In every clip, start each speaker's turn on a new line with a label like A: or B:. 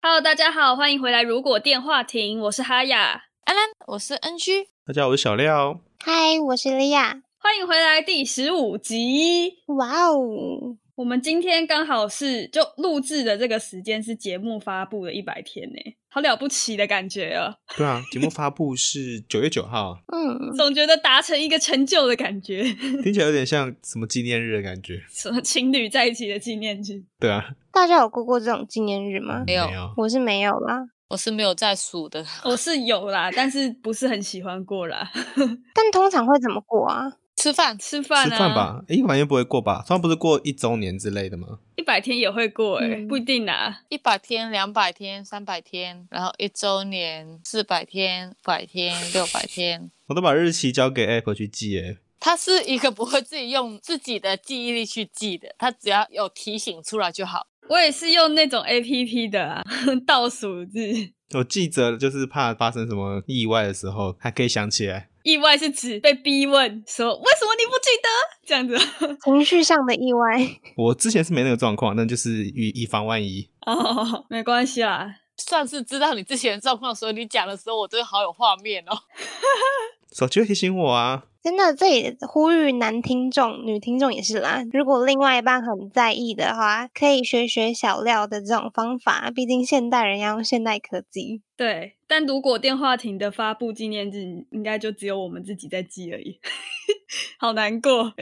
A: Hello，大家好，欢迎回来。如果电话亭，我是哈雅，
B: 安安，我是 NG，
C: 大家好，我是小廖。
D: 嗨，我是莉亚。
A: 欢迎回来第十五集。
D: 哇哦，
A: 我们今天刚好是就录制的这个时间是节目发布的一百天呢，好了不起的感觉啊！
C: 对啊，节目发布是九月九号，
D: 嗯，
A: 总觉得达成一个成就的感觉，
C: 听起来有点像什么纪念日的感觉。
A: 什么情侣在一起的纪念日，
C: 对啊，
D: 大家有过过这种纪念日吗？
B: 没有
D: 我是没有啦，
B: 我是没有在数的，
A: 我是有啦，但是不是很喜欢过啦。
D: 但通常会怎么过啊？
B: 吃饭
A: 吃饭
C: 吃
A: 啊，
C: 饭吧？诶，反正不会过吧？通常不是过一周年之类的吗？
A: 一百天也会过哎、
D: 嗯
A: 不一定啦。
B: 一百天、两百天、三百天，然后一周年、四百天、百天、六百天。
C: 我都把日期交给 App 去记诶。
B: 他是一个不会自己用自己的记忆力去记的，他只要有提醒出来就好。
A: 我也是用那种 A P P 的啊， 倒数日。
C: 我记着就是怕发生什么意外的时候，还可以想起来。
A: 意外是指被逼问说为什么你不记得这样子
D: 情绪上的意外，
C: 我之前是没那个状况，但就是以以防万一。
A: 哦，没关系啦。
B: 上次知道你之前的状况，所以你讲的时候，我真的好有画面哦。
C: 手机会提醒我啊，
D: 真的，这里呼吁男听众、女听众也是啦。如果另外一半很在意的话，可以学学小廖的这种方法，毕竟现代人要用现代科技。
A: 对，但如果电话亭的发布纪念日，应该就只有我们自己在记而已， 好难过。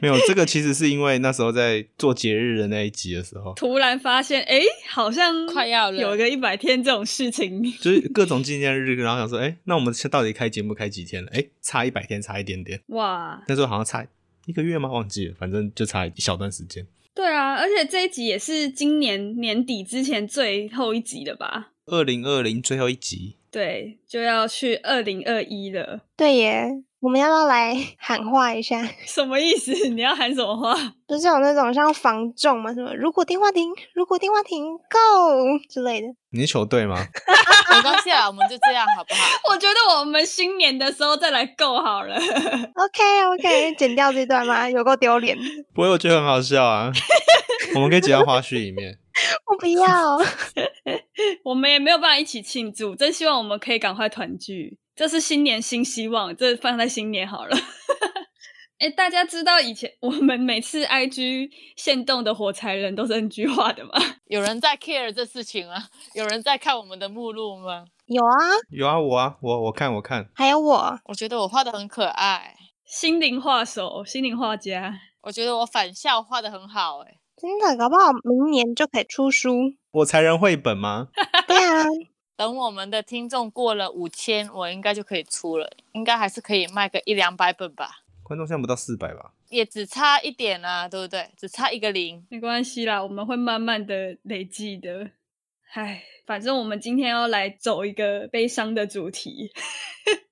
C: 没有这个其实是因为那时候在做节日的那一集的时候，
A: 突然发现，哎，好像
B: 快要了
A: 有个一百天这种事情。
C: 就是各种纪念日，然后想说，诶，那我们到底开节目开几天了？诶，差一百天，差一点点。
A: 哇，
C: 那时候好像差一个月吗？忘记了，反正就差一小段时间。
A: 对啊，而且这一集也是今年年底之前最后一集了吧？
C: 二零二零最后一集，
A: 对，就要去二零二一了，
D: 对耶，我们要不要来喊话一下？
A: 什么意思？ 你要喊什么话？
D: 不是有那种像防重吗？什么如果电话亭，如果电话亭 go 之类的。
C: 你是球队 吗？
B: 没关系啊啦，我们就这样好不好？
A: 我觉得我们新年的时候再来够好了。
D: OK OK，剪掉这段吗？有够丢脸，
C: 不会，我觉得很好笑啊。我们可以剪到花絮里面。
D: 我不要。
A: 我们也没有办法一起庆祝，真希望我们可以赶快团聚。这是新年新希望，这放在新年好了。 哎、大家知道以前我们每次 IG 限动的火柴人都是 NG 画的吗？
B: 有人在 care 这事情吗？有人在看我们的目录吗？
D: 有啊，
C: 有啊，我啊，我我看我看，
D: 还有我，
B: 我觉得我画的很可爱，
A: 心灵画手、心灵画家，
B: 我觉得我返校画的很好、欸，
D: 真的，搞不好明年就可以出书。
C: 我才人绘本吗？
D: 对啊，
B: 等我们的听众过了五千，我应该就可以出了，应该还是可以卖个一两百本吧，
C: 观众现在不到四百吧？
B: 也只差一点啊，对不对？只差一个零。
A: 没关系啦，我们会慢慢的累积的。唉，反正我们今天要来走一个悲伤的主题。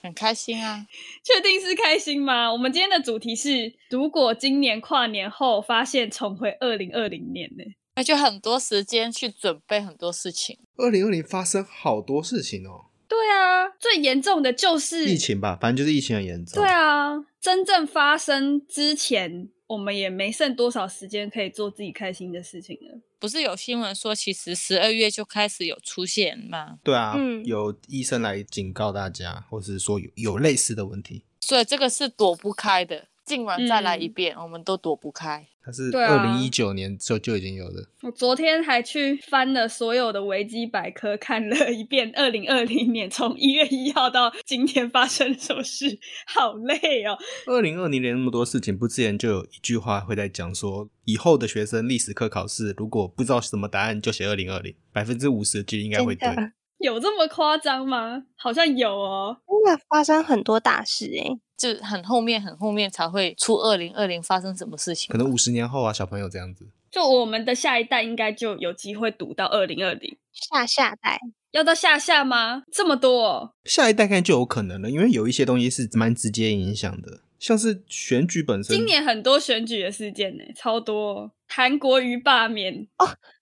B: 很开心啊！
A: 确定是开心吗？我们今天的主题是：如果今年跨年后发现重回二零二零年呢？
B: 而且很多时间去准备很多事情，
C: 二零二零发生好多事情哦，
A: 对啊，最严重的就是
C: 疫。情吧，反正就是疫情很严重。
A: 对，啊，真正发生之前，我们也没剩多少时间可以做自己开心的事情了。
B: 不是有新闻说，其实十二月就开始有出现吗？
C: 对啊，
D: 嗯
C: 有医生来警告大家，或是说有有类似的问题，
B: 所以这个是躲不开的。尽管再来一
A: 嗯
B: 遍，我们都躲不开。
C: 它是
A: 对啊
C: 二零一九年就就已经有的。
A: 我昨天还去翻了所有的维基百科，看了一遍二零二零年从一月一号到今天发生了什么事，好累哦。
C: 二零二零年那么多事情，不之前就有一句话会在讲说，以后的学生历史课考试如果不知道什么答案，就写二零二零，百分之五十的几率应该
D: 真
C: 会
D: 的，
C: 对。
D: 真
A: 有这么夸张吗？好像有哦。
D: 的发生很多大事欸诶、
B: 就很后面、很后面才会出二零二零发生什么事情。
C: 可能五十年后啊，小朋友这样子，
A: 就我们的下一代应该就有机会读到二零二零，
D: 下下代，
A: 要到下下吗？这么多、哦，
C: 下一代看就有可能了，因为有一些东西是蛮直接影响的，像是选举本身。
A: 今年很多选举的事件呢，超多、哦。韩国瑜罢免，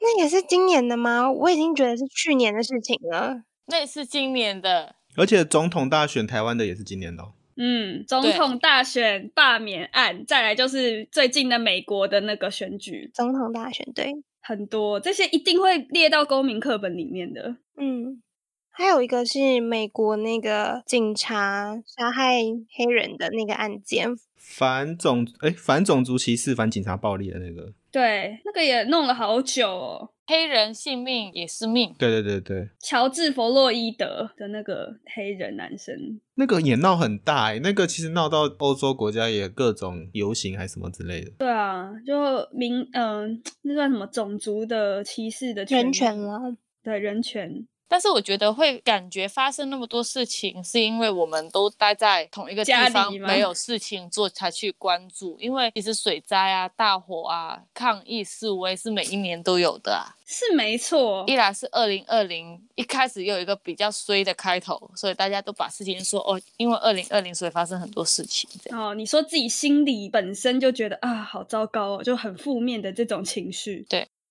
D: 那也是今年的吗？我已经觉得是去年的事情了。
B: 那也是今年的，
C: 而且总统大选，台湾的也是今年的、哦。
A: 嗯，总统大选罢免案，再来就是最近的美国的那个选举，
D: 总统大选，对，
A: 很多，这些一定会列到公民课本里面的。
D: 嗯，还有一个是美国那个警察杀害黑人的那个案件，
C: 反种哎反种族歧视、反警察暴力的那个，
A: 对，那个也弄了好久哦。
B: 黑人性命也是命，
C: 对对对对，
A: 乔治·弗洛伊德的那个黑人男生，
C: 那个也闹很大哎、那个其实闹到欧洲国家也各种游行还是什么之类的。
A: 对啊，就民嗯、那算什么种族的歧视的权
D: 人权
A: 利
D: 了。
A: 对人权，
B: 但是我觉得会感觉发生那么多事情，是因为我们都待在同一个地
A: 家
B: 方，
A: 里吗
B: 没有事情做才去关注。因为其实水灾啊、大火啊、抗议示威是每一年都有的啊。
A: 是没错
B: 一，来是二零二零一开始又有一个比较衰的开头，所以大家都把事情说哦，因为二零二零所以发生很多事情这样。
A: 哦，你说自己心里本身就觉得啊，好糟糕哦，就很负面的这种情绪。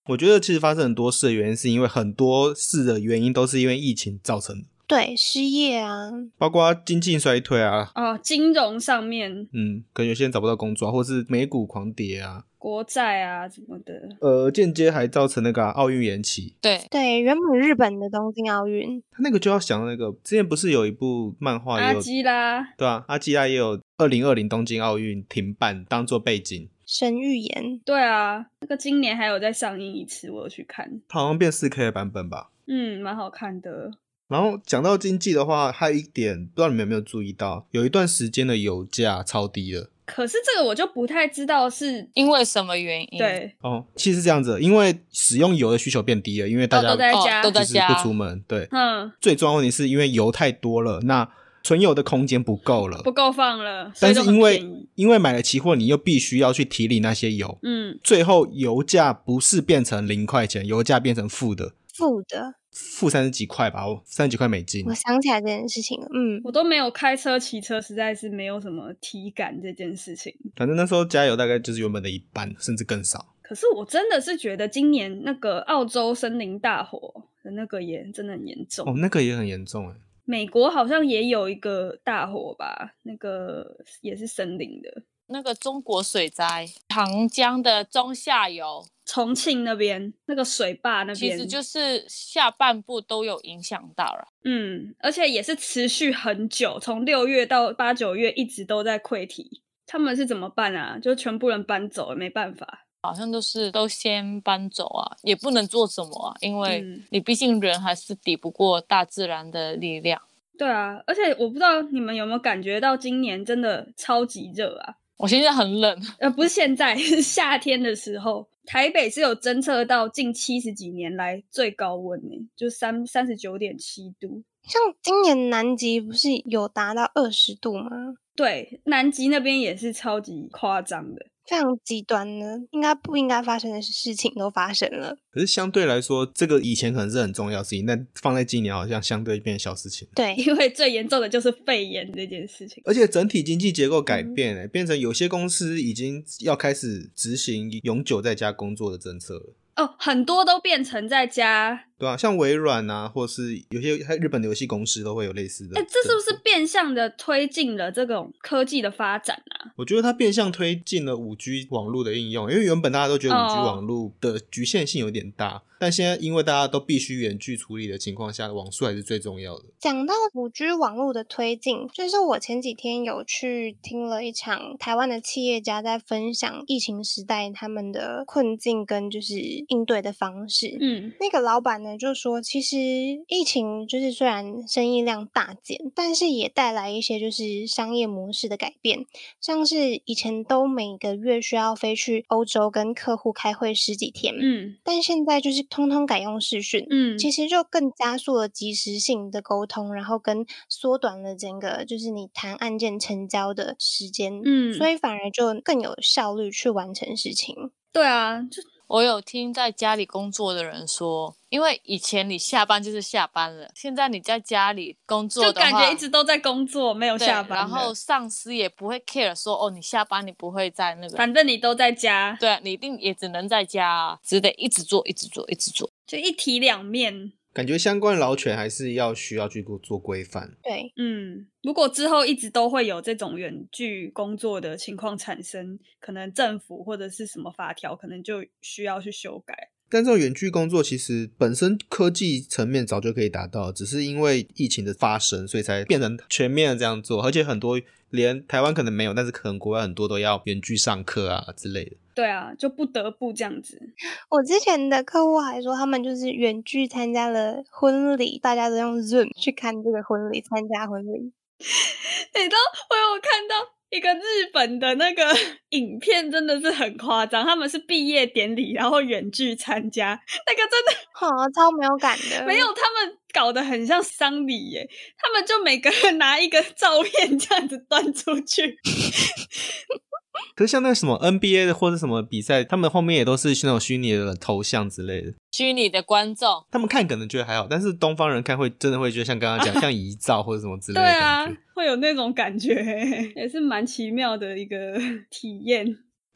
C: 我觉得其实发生很多事的原因，是因为很多事的原因都是因为疫情造成的，
D: 对，失业啊，
C: 包括经济衰退啊，
A: 哦，金融上面
C: 嗯，可能有些人找不到工作、啊，或是美股狂跌啊，
A: 国债啊什么的，
C: 呃，间接还造成那个啊奥运延期。
B: 对，
D: 对，原本日本的东京奥运，
C: 他那个就要想那个，之前不是有一部漫画
A: 阿
C: 也有
A: 基拉
C: 对啊，阿基拉也有二零二零东京奥运停办当做背景，
D: 神预言，
A: 对啊，那个今年还有再上映一次，我有去看，
C: 它好像变四 K 的版本吧。
A: 嗯，蛮好看的。
C: 然后讲到经济的话，还有一点不知道你们有没有注意到，有一段时间的油价超低了。
A: 可是这个我就不太知道
D: 嗯
A: 是，
B: 因为什么原因？，
A: 对，
C: 哦，其实是这样子，因为使用油的需求变低了，因为大
A: 都
C: 家
A: 都在
B: 哦
A: 家，
B: 都在
C: 就是不出门。对，
A: 嗯，
C: 最重要的问题是因为油太多了，那存油的空间不够了。
A: 不够放了，所以
C: 但
A: 就是很
C: 因为
A: 便宜
C: 因为买了期货，你又必须要去提领那些油，
A: 嗯，
C: 最后油价不是变成零块钱，油价变成负的，
D: 负的。
C: 负三十几块吧，哦三十几块美金
D: 我。想起来这件事情了，嗯，
A: 我都没有开车、骑车，实在是没有什么体感这件事情。
C: 反正那时候加油大概就是原本的一半，甚至更少。
A: 可是我真的是觉得今年那个澳洲森林大火的那个也真的很严重。
C: 哦，那个也很严重哎。
A: 美国好像也有一个大火吧，那个也是森林的，
B: 那个中国水灾，长江的中下游，
A: 重庆那边那个水坝那
B: 其
A: 边，
B: 实就是下半部都有影响到了。
A: 嗯，而且也是持续很久，从六月到八九月一直都在溃堤。他们是怎么办啊？就全部人搬走，没办法。
B: 好像都是都先搬走啊，也不能做什么啊，因为
A: 嗯
B: 你毕竟人还是抵不过大自然的力量。
A: 对啊，而且我不知道你们有没有感觉到，今年真的超级热啊！
B: 我现在很冷，
A: 呃，不是现在， 是夏天的时候，台北是有侦测到近七十几年来最高温呢、就三三十九点七度。
D: 像今年南极不是有达到二十度吗？
A: 对，南极那边也是超级夸张的。
D: 非常极端呢，应该不应该发生的事情都发生了。
C: 可是相对来说，这个以前可能是很重要的事情，但放在今年好像相对变小事情。
D: 对，
A: 因为最严重的就是肺炎这件事情。
C: 而且整体经济结构
A: 嗯
C: 改变、欸，变成有些公司已经要开始执行永久在家工作的政策了，
A: 哦，很多都变成在家，
C: 对啊，像微软啊，或是有些日本的游戏公司都会有类似的。
A: 哎，这是不是？变相的推进了这种科技的发展啊？
C: 我觉得它变相推进了五 G 网络的应用，因为原本大家都觉得五 G
A: 哦
C: 网络的局限性有点大，但现在因为大家都必须远距处理的情况下，网速还是最重要的。
D: 讲到五 G 网络的推进，就是我前几天有去听了一场台湾的企业家在分享疫情时代他们的困境跟就是应对的方式。
A: 嗯，
D: 那个老板呢就说，其实疫情就是虽然生意量大减，但是也带来一些就是商业模式的改变，像是以前都每个月需要飞去欧洲跟客户开会十几天，
A: 嗯
D: 但现在就是通通改用视讯。
A: 嗯，
D: 其实就更加速了及时性的沟通，然后跟缩短了整个就是你谈案件成交的时间，
A: 嗯
D: 所以反而就更有效率去完成事情。
A: 对啊，就
B: 我有听在家里工作的人说，因为以前你下班就是下班了，现在你在家里工作
A: 就
B: 的话，
A: 感觉一直都在工作，没有
B: 对
A: 下班
B: 然后
A: 了
B: 上司也不会 care 说哦，你下班你不会在那个，
A: 反正你都在家，
B: 对啊你一定也只能在家、啊，只得一直做，一直做，一直做。
A: 就一体两面。
C: 感觉相关劳权还是要需要去做规范。
D: 对，
A: 嗯，如果之后一直都会有这种远距工作的情况产生，可能政府或者是什么法条，可能就需要去修改。
C: 但这种远距工作其实本身科技层面早就可以达到，只是因为疫情的发生，所以才变成全面的这样做。而且很多连台湾可能没有，但是可能国外很多都要远距上课啊之类的。
A: 对啊，就不得不这样子。
D: 我之前的客户还说，他们就是远距参加了婚礼，大家都用 Zoom 去看这个婚礼，参加婚礼。
A: 你知道，我有看到一个日本的那个 影片，真的是很夸张。他们是毕业典礼，然后远距参加，那个真的
D: 哈、超没有感
C: 呃
D: 的，
A: 没有，他们搞得很像丧礼耶。他们就每个人拿一个照片这样子端出去，
C: 可是像那个什么 NBA 的或者什么比赛，他们后面也都是那种虚拟的头像之类的，
B: 虚拟的观众，
C: 他们看可能觉得还好，但是东方人看会真的会觉得像刚 刚讲像遗照或者什么之类
A: 对
C: 的感
A: 啊
C: 觉。，
A: 会有那种感觉耶，也是蛮奇妙的一个体验。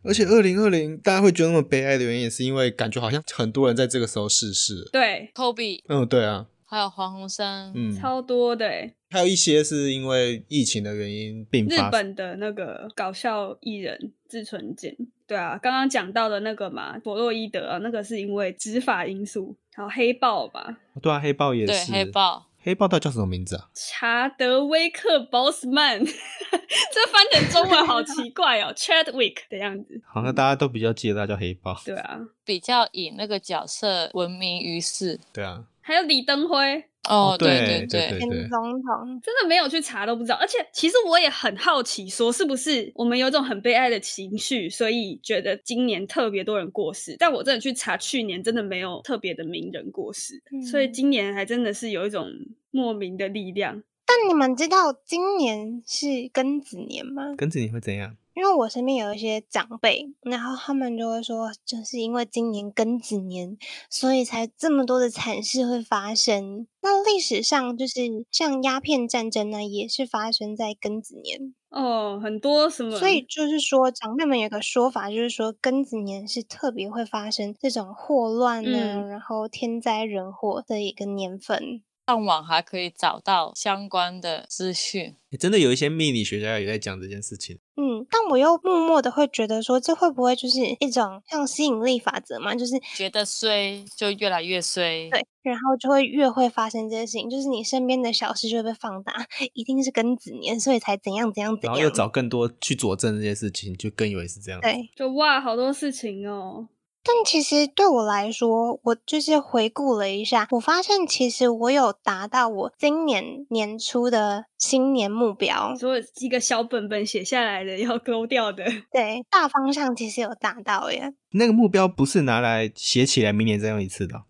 C: 而且二零二零大家会觉得那么悲哀的原因，也是因为感觉好像很多人在这个时候逝世了。
A: 对，
B: 科比，
C: 嗯，对啊，
B: 还有黄鸿升，
C: 嗯，
A: 超多的耶，
C: 还有一些是因为疫情的原因并
A: 日
C: 发。
A: 本的那个搞笑艺人志存健，对啊，刚刚讲到的那个嘛，弗洛伊德啊，那个是因为执法因素，然后黑豹嘛，
C: 对啊，黑豹也
B: 对
C: 是。
B: 黑，豹，
C: 黑豹到底叫什么名字啊？
A: 查德威克·鲍斯曼， 这翻成中文好奇怪哦 ，Chadwick 的样子，
C: 好像大家都比较记得它叫黑豹。
A: 对啊，
B: 比较以那个角色闻名于世。
C: 对啊，
A: 还有李登辉，
B: 哦
C: 哦，对
B: 对
C: 对对
D: 前总统
A: 真的没有去查都不知道，而且其实我也很好奇，说是不是我们有一种很悲哀的情绪，所以觉得今年特别多人过世。但我真的去查，去年真的没有特别的名人过世，所以
D: 嗯
A: 今年还真的是有一种莫名的力量。
D: 但你们知道今年是庚子年吗？
C: 跟着你会怎样？
D: 因为我身边有一些长辈，然后他们就会说，就是因为今年庚子年，所以才这么多的惨事会发生。那历史上就是像鸦片战争呢，也是发生在庚子年，
A: 哦，很多什么，
D: 所以就是说，长辈们有个说法，就是说庚子年是特别会发生这种祸乱呢、
A: 嗯
D: 然后天灾人祸的一个年份。
B: 上网还可以找到相关的资讯。
C: 欸真的有一些命理学家也在讲这件事情。
D: 嗯，但我又默默的会觉得说，这会不会就是一种像吸引力法则嘛？就是
C: 嗯
B: 觉得衰就越来越衰，
D: 对，然后就会越会发生这些事情，就是你身边的小事就会被放大， 一定是庚子年，所以才怎样怎样怎
C: 然
D: 样。
C: 后又找更多去佐证这些事情，就更以为是这样。
D: 对，
A: 就哇，好多事情哦。
D: 但其实对我来说，我就是回顾了一下，我发现其实我有达到我今年年初的新年目标，
A: 所以一个小本本写下来的要 勾掉的，
D: 对，大方向其实有达到耶，
C: 那个目标不是拿来写起来，明年再用一次的哦，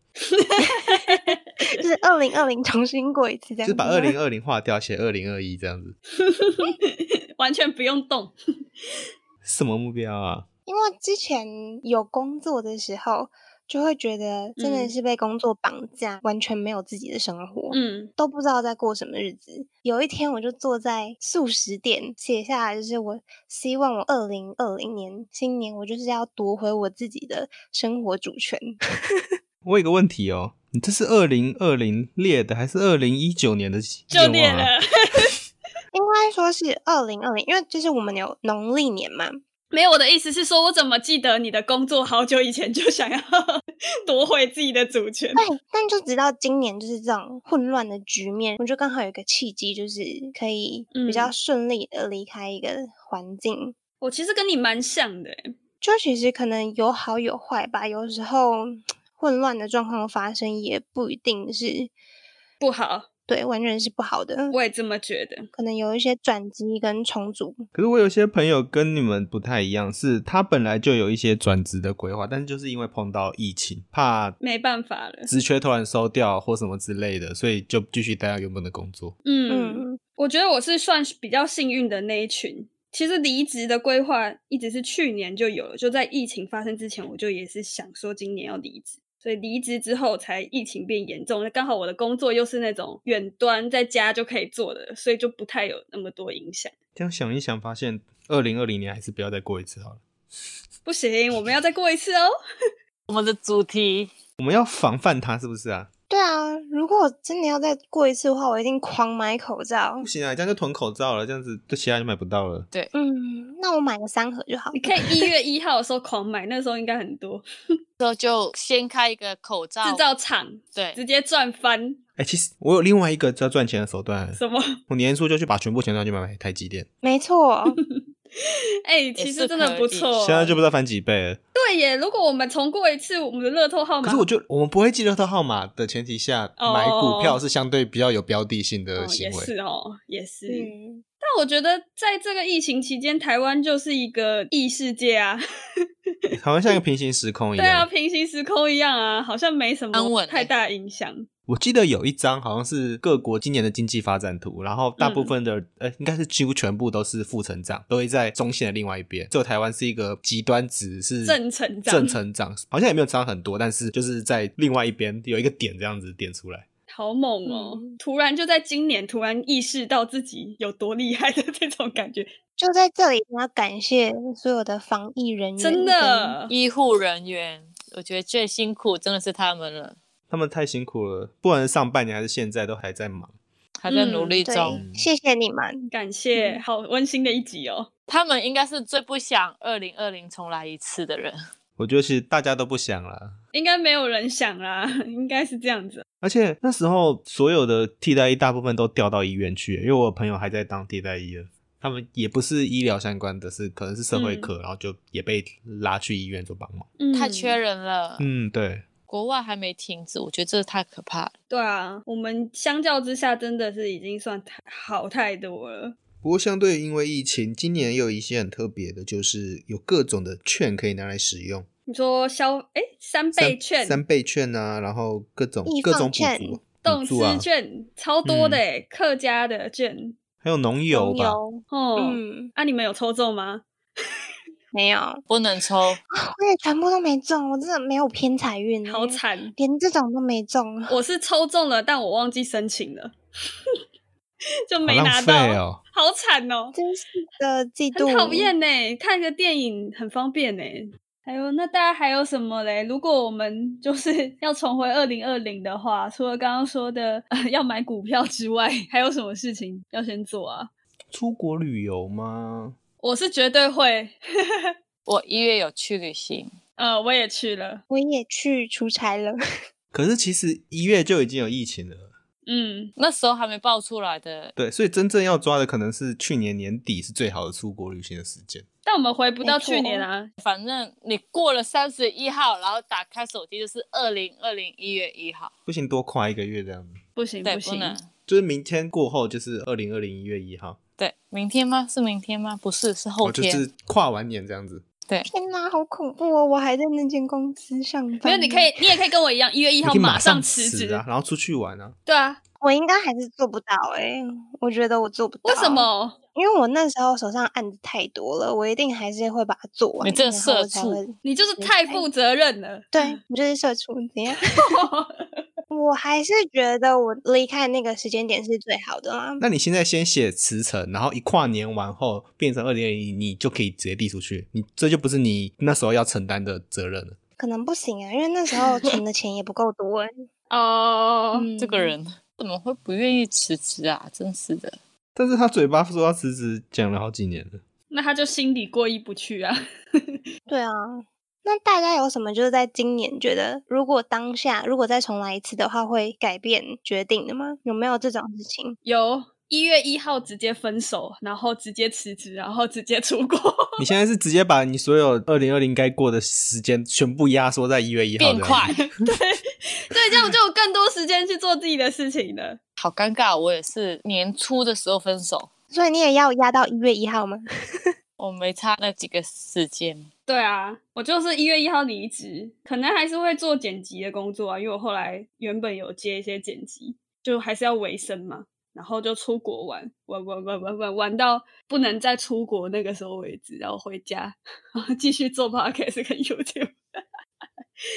D: 就是二零二零重新过一次这
C: 就
D: 样
C: 是
D: 子吗，
A: 啊
C: 把二零二零划掉，写二零二一这样子。
A: 完全不用动。
C: 什么目标啊？
D: 因为之前有工作的时候，就会觉得真的
A: 嗯
D: 是被工作绑架，完全没有自己的生活，
A: 嗯，
D: 都不知道在过什么日子。有一天，我就坐在素食店，写下来，就是我希望我二零二零年新年，我就是要夺回我自己的生活主权。
C: 我有个问题哦，你这是二零二零列的，还是二零一九年的
A: 就
C: 愿
A: 列
C: 望啊？
A: 了，
D: 应该说是二零二零，因为就是我们有农历年嘛，
A: 没有我的意思是说，我怎么记得你的工作好久以前就想要 夺回自己的主权？
D: 对，但就直到今年就是这种混乱的局面，我就刚好有一个契机，就是可以比较
A: 嗯
D: 顺利的离开一个环境。
A: 我其实跟你蛮像的欸，
D: 就其实可能有好有坏吧，有时候混乱的状况发生也不一定是
A: 不好，
D: 对，完全是不好的。
A: 我也这么觉得。
D: 可能有一些转机跟重组，
C: 可是我有些朋友跟你们不太一样，是他本来就有一些转职的规划，但是就是因为碰到疫情，怕
A: 没办法了，
C: 职缺突然收掉或什么之类的，所以就继续待到原本的工作。
A: 嗯，
D: 嗯，
A: 我觉得我是算是比较幸运的那一群。其实离职的规划一直是去年就有了，就在疫情发生之前，我就也是想说今年要离职，所以离职之后才疫情变严重。刚好我的工作又是那种远端在家就可以做的，所以就不太有那么多影响。
C: 这样想一想，发现二零二零年还是不要再过一次好了。
A: 不行，我们要再过一次哦。
B: 我们的主题
C: 我们要防范它，是不是啊？
D: 对啊。如果真的要再过一次的话，我一定狂买口罩
C: 不。行啊，这样就囤口罩了，这样子就其他就买不到了。
D: 嗯，那我买个三盒就好 了
A: 你。可以一月一号的时候狂买，那时候应该很多。
B: 之后就先开一个口罩
A: 制造厂
B: 对
A: 直接赚翻
C: 哎、其实我有另外一个要赚钱的手段，
A: 什么？
C: 我年初就去把全部钱拿去买买台积电，
D: 没错，
A: 哎、其
B: 是
A: 实真的
B: 可
A: 不
B: 以
A: 错。哦
C: 现在就不知道翻几倍了。
A: 对耶，如果我们重过一次我们的乐透号
C: 可
A: 码，
C: 是我就我们不会记乐透号码的前提下，
A: 哦
C: 买股票是相对比较有标的性的
A: 哦
C: 行
A: 也
C: 为。
A: 是哦，也 是。
D: 嗯，
A: 但我觉得在这个疫情期间，台湾就是一个异世界啊，
C: 好像像一个平行时空一
A: 对啊，
C: 样。
A: 平行时空一样啊，好像没什
B: 安
A: 么
B: 稳
A: 太
B: 欸
A: 大影响。
C: 我记得有一张好像是各国今年的经济发展图，然后大部
A: 嗯
C: 分的呃、应该是几乎全部都是负成长，都会在中线的另外一边。只有台湾是一个极端值是
A: 正成长
C: 正成长好像也没有差很多，但是就是在另外一边有一个点这样子点出来。
A: 好猛哦！
D: 嗯
A: 突然就在今年，突然意识到自己有多厉害的这种感觉，
D: 就在这里我要感谢所有的防疫
B: 嗯
D: 人员，
A: 真的。
B: 医护人员，我觉得最辛苦真的是他们了，
C: 他们太辛苦了，不管是上半年还是现在都还在忙。
B: 还在
A: 嗯
B: 努力
D: 对
B: 中。
D: 谢谢你们，
A: 感谢，
D: 嗯
A: 好温馨的一集哦。
B: 他们应该是最不想二零二零重来一次的人。
C: 我觉得其实大家都不想了。
A: 应该没有人想啦， 应该是这样子。
C: 而且那时候所有的替代医大部分都调到医院去，因为我朋友还在当替代医了，他们也不是医疗相关的，是可能是社会科，然后就也被拉去医院做帮忙。
A: 嗯
B: 太缺人了，
C: 嗯，对，
B: 国外还没停止，我觉得这太可怕了。
A: 对啊，我们相较之下真的是已经算太好太多了。
C: 不过相对因为疫情，今年也有一些很特别的，就是有各种的券可以拿来使用，
A: 你说消哎三
C: 三
A: 倍券、
C: 三倍券啊，然后各种
D: 易
C: 各
D: 放
C: 种补
D: 券
C: 助、
A: 动
C: 补
A: 吃
C: 助啊，嗯
A: 券，超多的哎、客家的券
C: 还有农
D: 油
C: 友吧，
A: 哦。
D: 嗯，
A: 啊，你们有抽中吗？
D: 没有，
B: 不能抽，
D: 我也全部都没中，我真的没有偏财运，欸
A: 好，惨！
D: 连这种都没中，
A: 我是抽中了，但我忘记申请了， 就没
C: 好
A: 拿
C: 浪
A: 到，
C: 费哦。
A: 好惨哦，
D: 真是的嫉妒，
A: 很讨厌呢。看个电影很方便呢。还有，那大家还有什么嘞？如果我们就是 要重回二零二零的话，除了刚刚说的、 呃、要买股票之外，还有什么事情要先做啊？
C: 出国旅游吗？
A: 我是绝对会，
B: 我一月有去旅行，
A: 呃，我也去了，
D: 我也去出差了，
C: 可是其实一月就已经有疫情了。
A: 嗯，
B: 那时候还没爆出来的，
C: 对，所以真正要抓的可能是去年年底是最好的出国旅行的时间。
A: 但我们回不
D: 没
A: 到去
D: 错
A: 年啊，
B: 反正你过了三十一号，然后打开手机就是二零二零一月一号，
C: 不行，多跨一个月这样子，
A: 不行
B: 对，不
A: 行，
B: 能。
C: 就是明天过后就是二零二零一月一号，
B: 对，明天吗？是明天吗？不是，是后
C: 哦，就
B: 天。
C: 是跨完年这样子。
D: 天哪，好恐怖哦！我还在那间公司上班，
A: 没有，你可，以，你也可以跟我一样，一月一
C: 你
A: 号
C: 可以
A: 上
C: 上
A: 辞
C: 职啊，然后出去玩啊。
A: 对啊，
D: 我应该还是做不到哎、我觉得我做不到，
A: 为什？么？
D: 因为我那时候手上案子太多了，我一定还是会把它做完，
B: 你这个
D: 然后我
B: 社
D: 才
B: 畜
D: 会
A: 你就是太负责任了。
D: 对，我就是社畜，怎样？我还是觉得我离开那个时间点是最好的啦。
C: 那你现在先写辞呈，然后一跨年完后变成二零二零，你就可以直接递出去，你这就不是你那时候要承担的责任了。
D: 可能不行啊，因为那时候存 的钱也不够多欸、
A: 哦，
D: 嗯
B: 这个人怎么会不愿意辞职啊？真是的，
C: 但是他嘴巴说要辞职，讲了好几年了。
A: 那他就心里过意不去啊。
D: 对啊。那大家有什么就是在今年觉得，如果当下如果再重来一次的话，会改变决定的吗？有没有这种事情？
A: 有一月一号直接分手，然后直接辞职，然后直接出国。
C: 你现在是直接把你所有二零二零该过的时间全部压缩在一月一号
B: 变
C: 这样子
B: 快，
A: 对，这样我就有更多时间去做自己的事情了。
B: 好尴尬。我也是年初的时候分手，
D: 所以你也要压到一月一号吗？
B: 我没差那几个时间。
A: 对啊，我就是一月一号离职，可能还是会做剪辑的工作啊，因为我后来原本有接一些剪辑，就还是要维生嘛。然后就出国玩，玩玩玩玩玩玩到不能再出国那个时候为止，然后回家，然后继续做 podcast 跟 YouTube。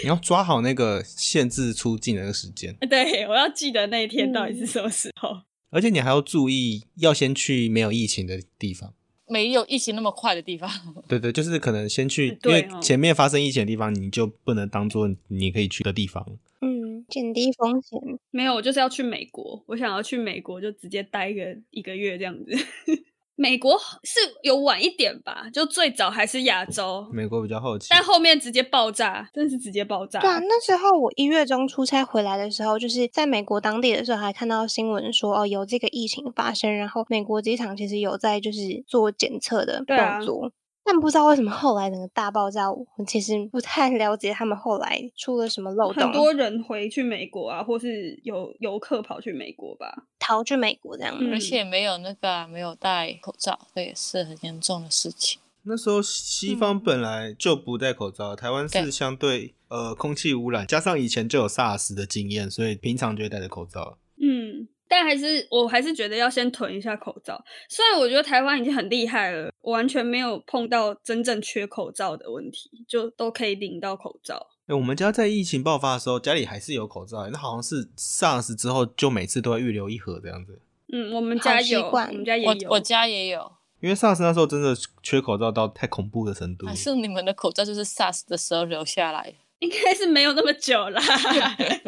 C: 你要抓好那个限制出境的那个时间，
A: 对，我要记得那一天到底是
D: 嗯
A: 什么时候。
C: 而且你还要注意，要先去没有疫情的地方。
B: 没有疫情那么快的地方，
C: 对对，就是可能先去，因
A: 对
C: 为
A: 哦
C: 前面发生疫情的地方，你就不能当做你可以去的地方。
D: 嗯，减低风险。
A: 没有，我就是要去美国，我想要去美国就直接待个一个月这样子。 美国是有晚一点吧，就最早还是亚洲，
C: 美国比较好奇，
A: 但后面直接爆炸，真的是直接爆炸。
D: 对啊，那时候我一月中出差回来的时候，就是在美国当地的时候，还看到新闻说哦有这个疫情发生，然后美国机场其实有在就是做检测的
A: 对啊
D: 动作。但不知道为什么后来整个大爆炸，我其实不太了解他们后来出了什么漏
A: 很
D: 洞，
A: 多人回去美国啊，或是有游客跑去美国吧。
D: 逃去美国这样。
A: 嗯
B: 而且没有那个啊、没有戴口罩，这也是很严重的事情。
C: 那时候西方本来就不戴口罩，台
A: 嗯
C: 湾是
B: 对
C: 相对呃空气污染，加上以前就有 SARS 的经验，所以平常就会戴着口罩。
A: 嗯，但还是我还是觉得要先囤一下口罩。虽然我觉得台湾已经很厉害了，我完全没有碰到真正缺口罩的问题，就都可以领到口罩。
C: 哎、我们家在疫情爆发的时候，家里还是有口罩、那好像是 SARS 之后就每次都会预留一盒这样子。
A: 嗯，我们
D: 好
A: 家
D: 习
A: 有，我
D: 惯
A: 们家也
B: 我
A: 有。
B: 我家也有，
C: 因为 SARS 那时候真的缺口罩到太恐怖的程度
B: 还，啊是你们的口罩就是 SARS 的时候留下来的。
A: 应该是没有那么久啦。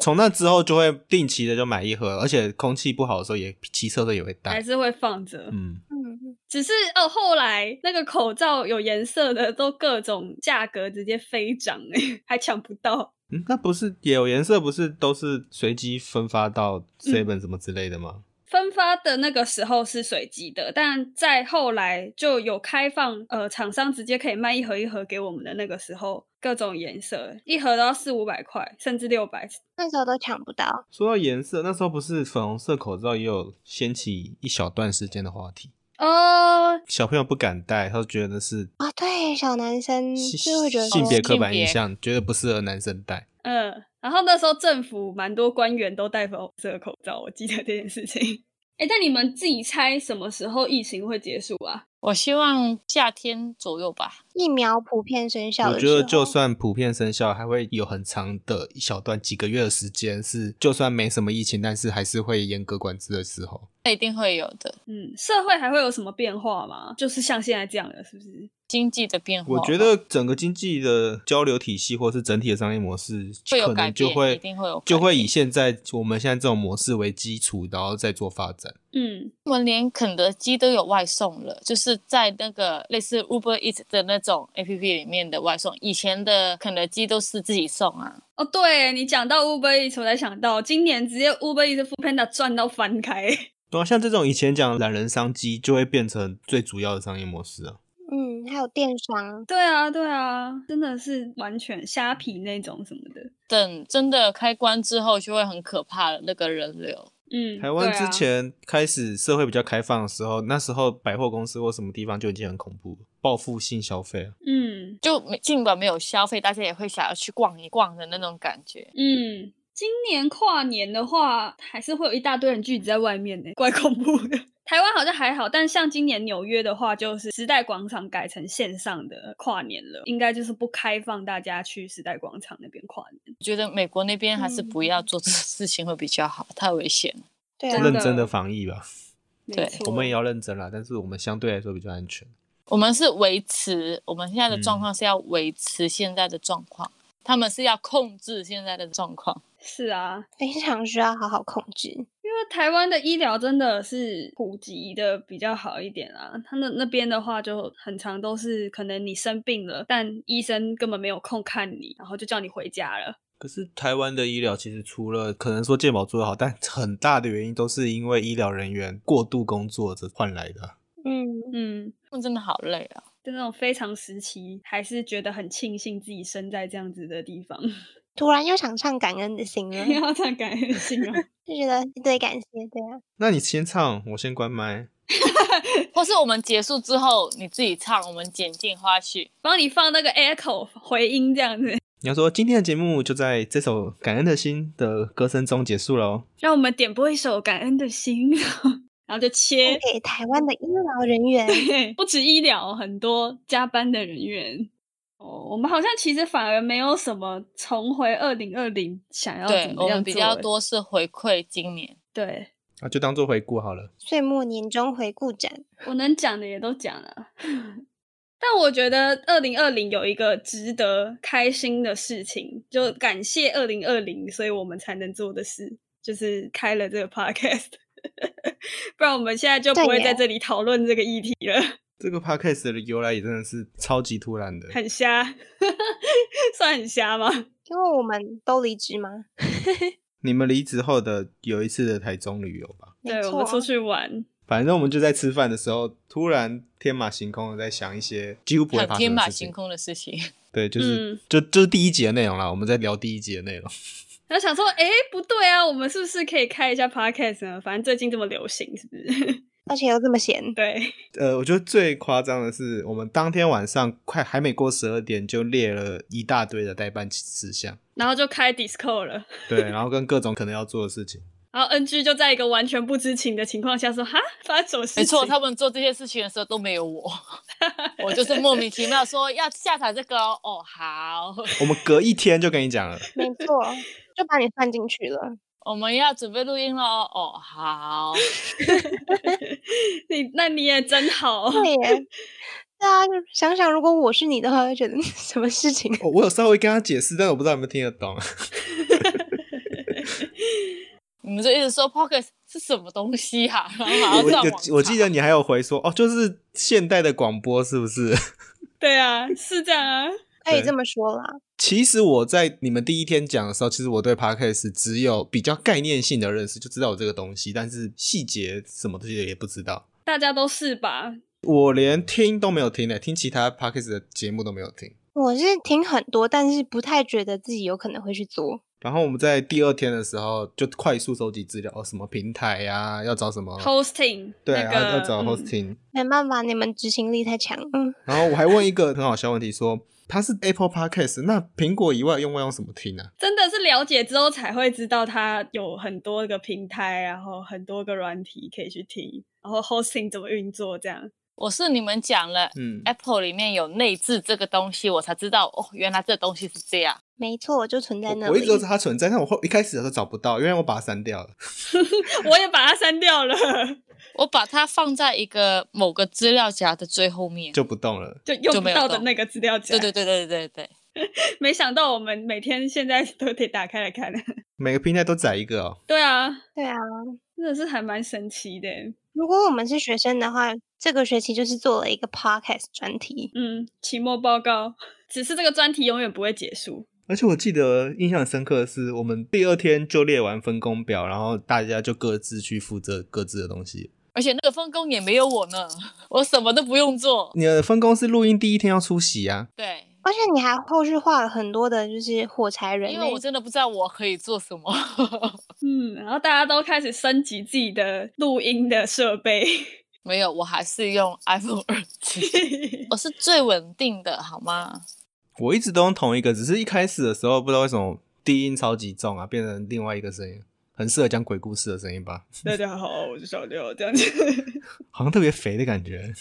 C: 从那之后就会定期的就买一盒，而且空气不好的时候也骑车的时候也会
A: 还
C: 戴。
A: 是会放着，
C: 嗯，
D: 嗯，
A: 只是哦，后来那个口罩有颜色的都各种价格直接飞涨、欸，还抢不到。
C: 嗯那不是也有颜色，不是都是随机分发到 seven 什么之类的吗？
A: 分发的那个时候是随机的，但在后来就有开放，呃，厂商直接可以卖一盒一盒给我们的那个时候，各种颜色一盒都要四五百块，甚至六百。
D: 那时候都抢不到。
C: 说到颜色，那时候不是粉红色口罩也有掀起一小段时间的话题，
A: 哦，
C: 小朋友不敢戴，他觉得是
D: 啊、对，小男生
C: 性
D: 嗯就会觉得
C: 性
D: 说
C: 别刻板
B: 性别
C: 印象，觉得不适合男生戴。
A: 嗯，然后那时候政府蛮多官员都戴粉红色口罩，我记得这件事情。 哎，但你们自己猜什么时候疫情会结束啊？
B: 我希望夏天左右吧，
D: 疫苗普遍生效
C: 我
D: 的
C: 觉
D: 时候，
C: 得就算普遍生效，还会有很长的一小段几个月的时间是，就算没什么疫情，但是还是会严格管制的时候。
B: 那一定会有的。
A: 嗯，社会还会有什么变化吗？就是像现在这样的，是不是？
B: 经济的变化吧，
C: 我觉得整个经济的交流体系，或是整体的商业模式，
B: 会有
C: 可
B: 改
C: 能
B: 变
C: 就会
B: 一定会有改
C: 就会以
B: 变
C: 现在我们现在这种模式为基础，然后再做发展。
A: 嗯，
B: 我们连肯德基都有外送了，就是在那个类似 Uber Eat 的那种 APP 里面的外送。以前的肯德基都是自己送啊，
A: 哦，对你讲到 Uber Eats，我才想到今年直接 Uber Eats、f o o Panda 赚到翻开。
C: 对啊，像这种以前讲懒人商机，就会变成最主要的商业模式啊。
D: 嗯，还有电商，
A: 对啊，对啊，真的是完全虾皮那种什么的。
B: 等真的开关之后就会很可怕的那个人流。
A: 嗯，
C: 台湾
A: 对
C: 之
A: 啊
C: 前开始社会比较开放的时候，那时候百货公司或什么地方就已经很恐怖了，报复性消费啊。
A: 嗯
B: 就没尽管没有消费，大家也会想要去逛一逛的那种感觉。
A: 嗯，今年跨年的话，还是会有一大堆人聚集在外面呢，怪恐怖的。 台湾好像还好，但像今年纽约的话，就是时代广场改成线上的跨年了，应该就是不开放大家去时代广场那边跨年。
B: 觉得美国那边还是
A: 嗯
B: 不要做这个事情会比较好，太危险了。
D: 对
A: 真
D: 啊
A: 的，
C: 认真的防疫吧，
A: 没
B: 对
A: 错
C: 我们也要认真啦，但是我们相对来说比较安全。
B: 我们是维持我们现在的状
C: 嗯
B: 况是要维持现在的状况，他们是要控制现在的状况。
A: 是啊，
D: 非常需要好好控制。
A: 因为台湾的医疗真的是普及的比较好一点啊，他那那边的话就很常都是可能你生病了，但医生根本没有空看你，然后就叫你回家了。
C: 可是台湾的医疗其实除了可能说健保做得好，但 很大的原因都是因为医疗人员过度工作这换来的。啊
D: 嗯，
A: 嗯，
B: 他们真的好累啊！
A: 在那种非常时期，还是觉得很庆幸自己生在这样子的地方，
D: 突然又想唱感恩的心
B: 嗯
D: 了，
A: 要这样感恩心哦。
D: 就觉得对感谢，对啊，
C: 那你先唱，我先关麦。
B: 或是我们结束之后你自己唱，我们剪进花絮。
A: 帮你放那个 echo 回音这样子，
C: 你要说今天的节目就在这首《感恩的心》的歌声中结束喽。
A: 让我们点播一首《感恩的心》， 然后就切
B: 哦
D: 送。给台湾的医
A: 嗯
D: 疗人 员
A: 不止医疗，很多加班的人员。哦，我们好像其实反而没有什么重回二零二零想要怎
B: 对，
A: 么
B: 我
A: 样
B: 们比较
A: 做欸
B: 多是回馈今年。
A: 对。
C: 啊，就当做回顾好了。
D: 岁末年终回顾展，
A: 我能讲的也都讲了， 但我觉得二零二零有一个值得开心的事情，就感谢二零二零，所以我们才能做的事，就是开了这个 podcast。 不然我们现在就不
D: 对
A: 会
D: 耶
A: 在这里讨论这个议题了，
C: 这个 podcast 的由来也真的是超级突然的。
A: 很瞎， 算很瞎吗？
D: 因为我们都离职嘛，
C: 你们离职后的有一次的台中旅游吧，
D: 没
A: 对，我
D: 错
A: 们
D: 啊
A: 出去玩，
C: 反正我们就在吃饭的时候，突然天马行空的在想一些几乎不会
B: 很
C: 发生的事情。
B: 天马行。空的事情。
C: 对，就是、
A: 嗯
C: 就就是第一集的内容啦，我们在聊第一集的内容。
A: 然后想说，哎，不对啊，我们是不是可以开一下 podcast 呢？反正最近这么流行，是不是？
D: 而且又这么闲，
A: 对，
C: 呃，我觉得最夸张的是，我们当天晚上快还没过十二点，就列了一大堆的代办事项，
A: 然后就开 disco 了。
C: 对，然后跟各种可能要做的事情。
A: 然后 NG 就在一个完全不知情的情况下说：“哈，发生什么事情？”
B: 没错，他们做这些事情的时候都没有我，我就是莫名其妙说要下载这个哦，哦好，
C: 我们隔一天就跟你讲了，
D: 没错，就把你算进去了。
B: 我们要准备录音了哦，哦好，
A: 你那你也真好，
D: 对耶， 对啊，想想如果我是你的话，会觉得 什么事情？
C: 哦、我有稍微跟他解释，但我不知道有没有听得懂。
B: 你们就一直说 Pocket 是什么东西哈、 然后还
C: 我
B: 要上
C: 我
B: 网
C: 我记
B: 查
C: 得你还有回说哦，就是现代的广播是不是？
A: 对啊，是这样啊，
D: 可以
C: 对
D: 这么说啦，
C: 其实我在你们第一天讲的时候，其实我对 podcast 只有比较概念性的认识，就知道有这个东西，但是细节什么东西也不知道。
A: 大家都是吧？
C: 我连听都没有听呢，欸听其他 podcast 的节目都没有听。
D: 我是听很多，但是不太觉得自己有可能会去做。
C: 然后我们在第二天的时候就快速收集资料，哦，什么平台呀、要找什么
A: hosting
C: 哦对、
A: 那
C: 啊，
A: 个
C: 要找
A: 嗯
C: hosting，、
D: 没办法，你们执行力太强。嗯，
C: 然后我还问一个很好笑的问题说它是 Apple Podcast，那苹果以外用不用什么听啊？
A: 真的是了解之后才会知道它有很多个平台，然后很多个软体可以去听，然后 hosting 怎么运作这样。
B: 我是你们讲了。
C: 嗯，
B: Apple 里面有内置这个东西，我才知道哦，原来这东西是这样。
D: 没错，就存在那
C: 我我
D: 里。
C: 一直都知道它存在，但我后一开始的时候找不到，因为我把它删掉了。
A: 我也把它删掉了，
B: 我把它放在一个某个资料夹的最后面。
C: 就不动了。
A: 就用
B: 就
A: 不
B: 没有
A: 到的
B: 动
A: 那个资料夹。
B: 对对对对对对，
A: 没想到我们每天现在都可以打开来看。
C: 每个平台都载一个哦。
A: 对啊，
D: 对啊，
A: 真的是还蛮神奇的。
D: 如果我们是学生的话，这个学期就是做了一个 podcast 专题。
A: 嗯，期末报告，只是这个专题永远不会结束。
C: 而且我记得印象很深刻的是，我们第二天就列完分工表，然后大家就各自去负责各自的东西。
B: 而且那个分工也没有我呢， 我什么都不用做。
C: 你的分工是录音第一天要出席啊，
B: 对，
D: 而且你还后续画了很多的，就是火柴人
B: 因
D: 呢、
B: 为我真的不知道我可以做什么。
A: 嗯，然后大家都开始升级自己的录音的设备。
B: 没有，我还是用 iPhone 耳 机，我是最稳定的，好吗？
C: 我一直都用同一个，只是一开始的时候不知道为什么低音超级重啊，变成另外一个声音，很适合讲鬼故事的声音吧，
A: 大家好，我是小六，这样子。
C: 好像特别肥的感觉。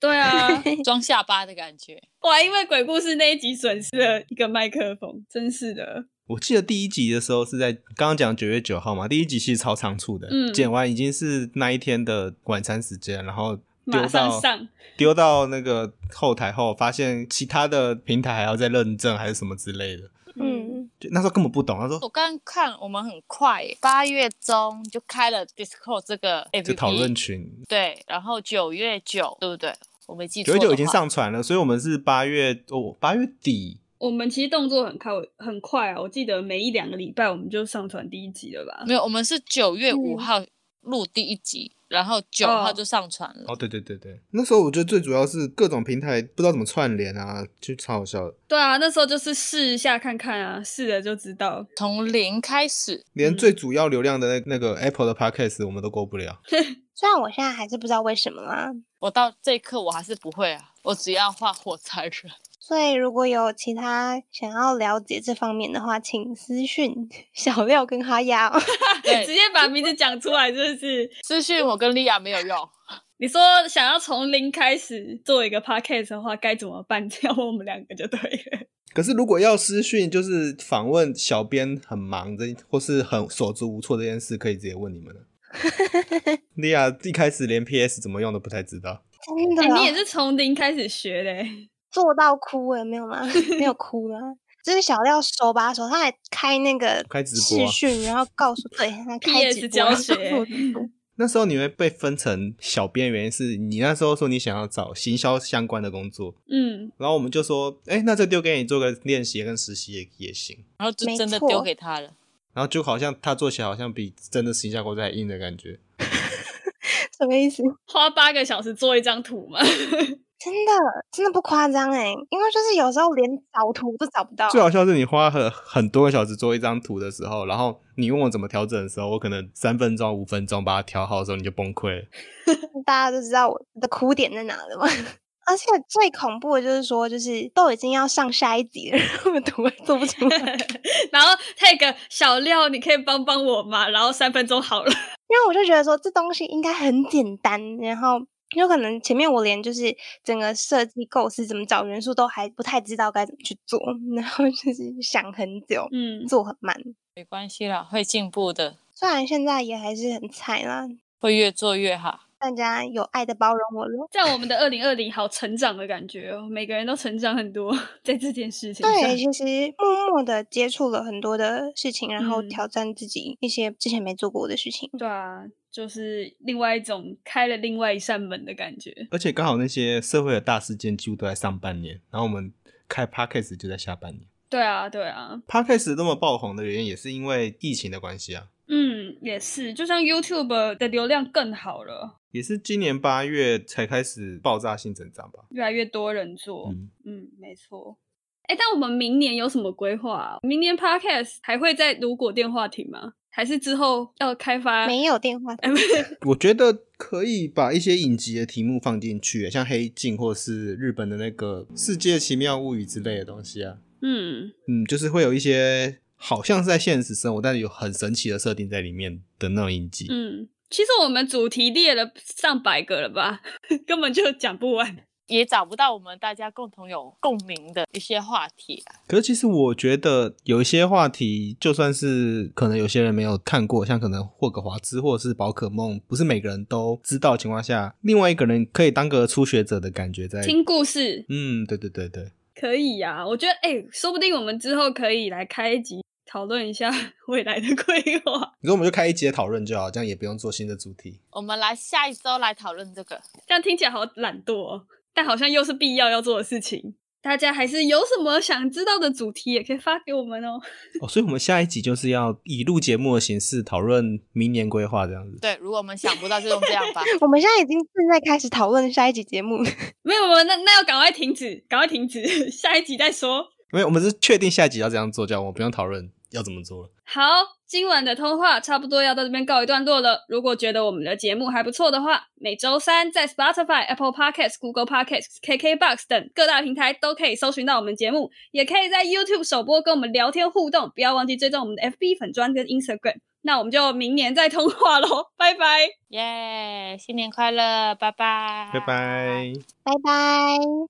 A: 对 啊，
B: 装下巴的感觉。
A: 我还因为鬼故事那一集损失了一个麦克风，真是的。
C: 我记得第一集的时候是在刚刚讲九月九号嘛，第一集其实超仓促的，
A: 嗯
C: 剪完已经是那一天的晚餐时间，然后丢
A: 马上
C: 到
A: 上
C: 丢到那个后台后，发现其他的平台还要再认证还是什么之类的，
D: 嗯，
C: 就那时候根本不懂，他
B: 我
C: 说
B: 刚刚看，我们很快耶，八月中就开了 Discord 这个 APP，
C: 就讨论群。
B: 对，然后九月九，对不对？我没记错
C: 九
B: 的
C: 月
B: 话，
C: 九已经上传了，所以我们是八月哦，八月底
A: 我们其实动作很快，很快啊！我记得每一两个礼拜我们就上传第一集了吧？
B: 没有，我们是九月五
D: 嗯
B: 号录第一集，然后九
A: 哦
B: 号就上传了。
C: 哦，对对对对，那时候我觉得最主要是各种平台不知道怎么串联啊，就超好笑的，
A: 对啊，那时候就是试一下看看啊，试了就知道。
B: 从零开始，
C: 连
A: 嗯
C: 最主要流量的那那个 Apple 的 Podcast 我们都过不了。
D: 虽然我现在还是不知道为什么啦，
B: 我到这一刻我还是不会啊，我只要画火柴人。
D: 所以如果有其他想要了解这方面的话，请私讯 小廖跟哈雅、 哦。
A: 直
B: 对，
A: 接把名字讲出来，就是
B: 资讯我跟莉亚没有用，
A: 你说想要从零开始做一个 podcast 的话，该怎么办？要问我们两个就对了。
C: 可是如果要私讯，就是访问小编很忙这，或是很手足无措这件事，可以直接问你们了。莉亚一开始连 PS 怎么用都不太知道，
D: 真的
A: 哎
D: 哦、
A: 你也是从零开始学嘞、
D: 做到哭了没有吗？ 没有哭吗？就是小廖手把手，他还开那个
C: 开直播啊
D: 视讯，然后告诉对他开 直
A: PS
D: 播
A: 教
D: 然后告诉
A: 学
D: 我们
C: 那时候你会被分成小编，原因是你那时候说你想要找行销相关的工作，
A: 嗯，
C: 然后我们就说，哎、那就丢给你做个练习跟实习也也行。
B: 然后就
D: 没
B: 真的
D: 错
B: 丢给他了。
C: 然后就好像他做起来好像比真的行销工作还硬的感觉。
D: 什么意思？
A: 花八个小时做一张图嘛，
D: 真的真的不夸张哎，因为就是有时候连找图都找不到，
C: 最好笑是你花很很多个小时做一张图的时候，然后你问我怎么调整的时候，我可能三分钟、五分钟把它调好的时候，你就崩溃了。
D: 大家都知道我的哭点在哪了嘛。 而且最恐怖的就是说，就是都已经要上下一集了，然后图还做不出来，
A: 然后 tag 小廖，你可以帮帮我吗？然后三分钟好了，
D: 因为我就觉得说这东西应该很简单，然后有可能前面我连就是整个设计构思怎么找元素都还不太知道该怎么去做， 然后就是想很久，
A: 嗯，
D: 做很慢。
B: 没关系啦，会进步的，
D: 虽然现在也还是很菜啦，
B: 会越做越好。
D: 大家有爱的包容我咯。
A: 这样我们的二零二零好成长的感觉哦，每个人都成长很多 在这件事情上
D: 对，。其实默默的接触了很多的事情，然后
A: 嗯
D: 挑战自己一些之前没做过的事情。
A: 对啊，就是另外一种开了另外一扇门的感觉。
C: 而且刚好那些社会的大事件几乎都在上半年，然后我们开 podcast 就在下半年。
A: 对啊，对啊，
C: podcast 那么爆红的原因也是因为疫情的关系啊，
A: 嗯，也是，就像 YouTube 的流量更好了，
C: 也是今年八月才开始爆炸性增长吧。
A: 越来越多人做。
C: 嗯，
A: 嗯，没错。哎，但我们明年有什么规划啊、明年 Podcast 还会在如果电话亭吗？还是之后要开发？
D: 没有电话，
A: 哎，不是，
C: 我觉得可以把一些影集的题目放进去，像《黑镜》或是日本的那个《世界奇妙物语》之类的东西啊。
A: 嗯，
C: 嗯，就是会有一些好像是在现实生活，但是有很神奇的设定在里面的那种影集。
A: 嗯，其实我们主题列了上百个了吧， 根本就讲不完。
B: 也找不到我们大家共同有共鸣的一些话题啊、
C: 可是其实我觉得有一些话题，就算是可能有些人没有看过，像可能霍格华兹或者是宝可梦，不是每个人都知道的情况下，另外一个人可以当个初学者的感觉在。
A: 听故事
C: 嗯，对对对对，
A: 可以呀、我觉得哎、说不定我们之后可以来开一集讨论一下 未来的规划，
C: 你说我们就开一节讨论就好，这样也不用做新的主题。
B: 我们来下一周来讨论这个。
A: 这样听起来好懒惰哦，但好像又是必要要做的事情。大家还是有什么想知道的主题，也可以发给我们哦。
C: 哦，所以我们下一集就是要以录节目的形式讨论明年规划这样子。
B: 对，如果我们想不到就用这样吧。
D: 我们现在已经正在开始讨论下一集节目。
A: 没有，没有，那那要赶快停止，赶快停止， 下一集再说。
C: 没有，我们是确定下一集要这样做，这样我们不用讨论要怎么做了。
A: 好，今晚的通话差不多要到这边告一段落了。如果觉得我们的节目还不错的话，每周三在 Spotify、Apple Podcasts、Google Podcasts、KKBox 等各大平台都可以搜寻到我们节目，也可以在 YouTube 首播跟我们聊天互动。不要忘记追踪我们的 FB 粉砖跟 Instagram。那我们就明年再通话喽，拜拜。
B: 耶新年快乐，拜拜，
C: 拜拜。
D: 拜拜。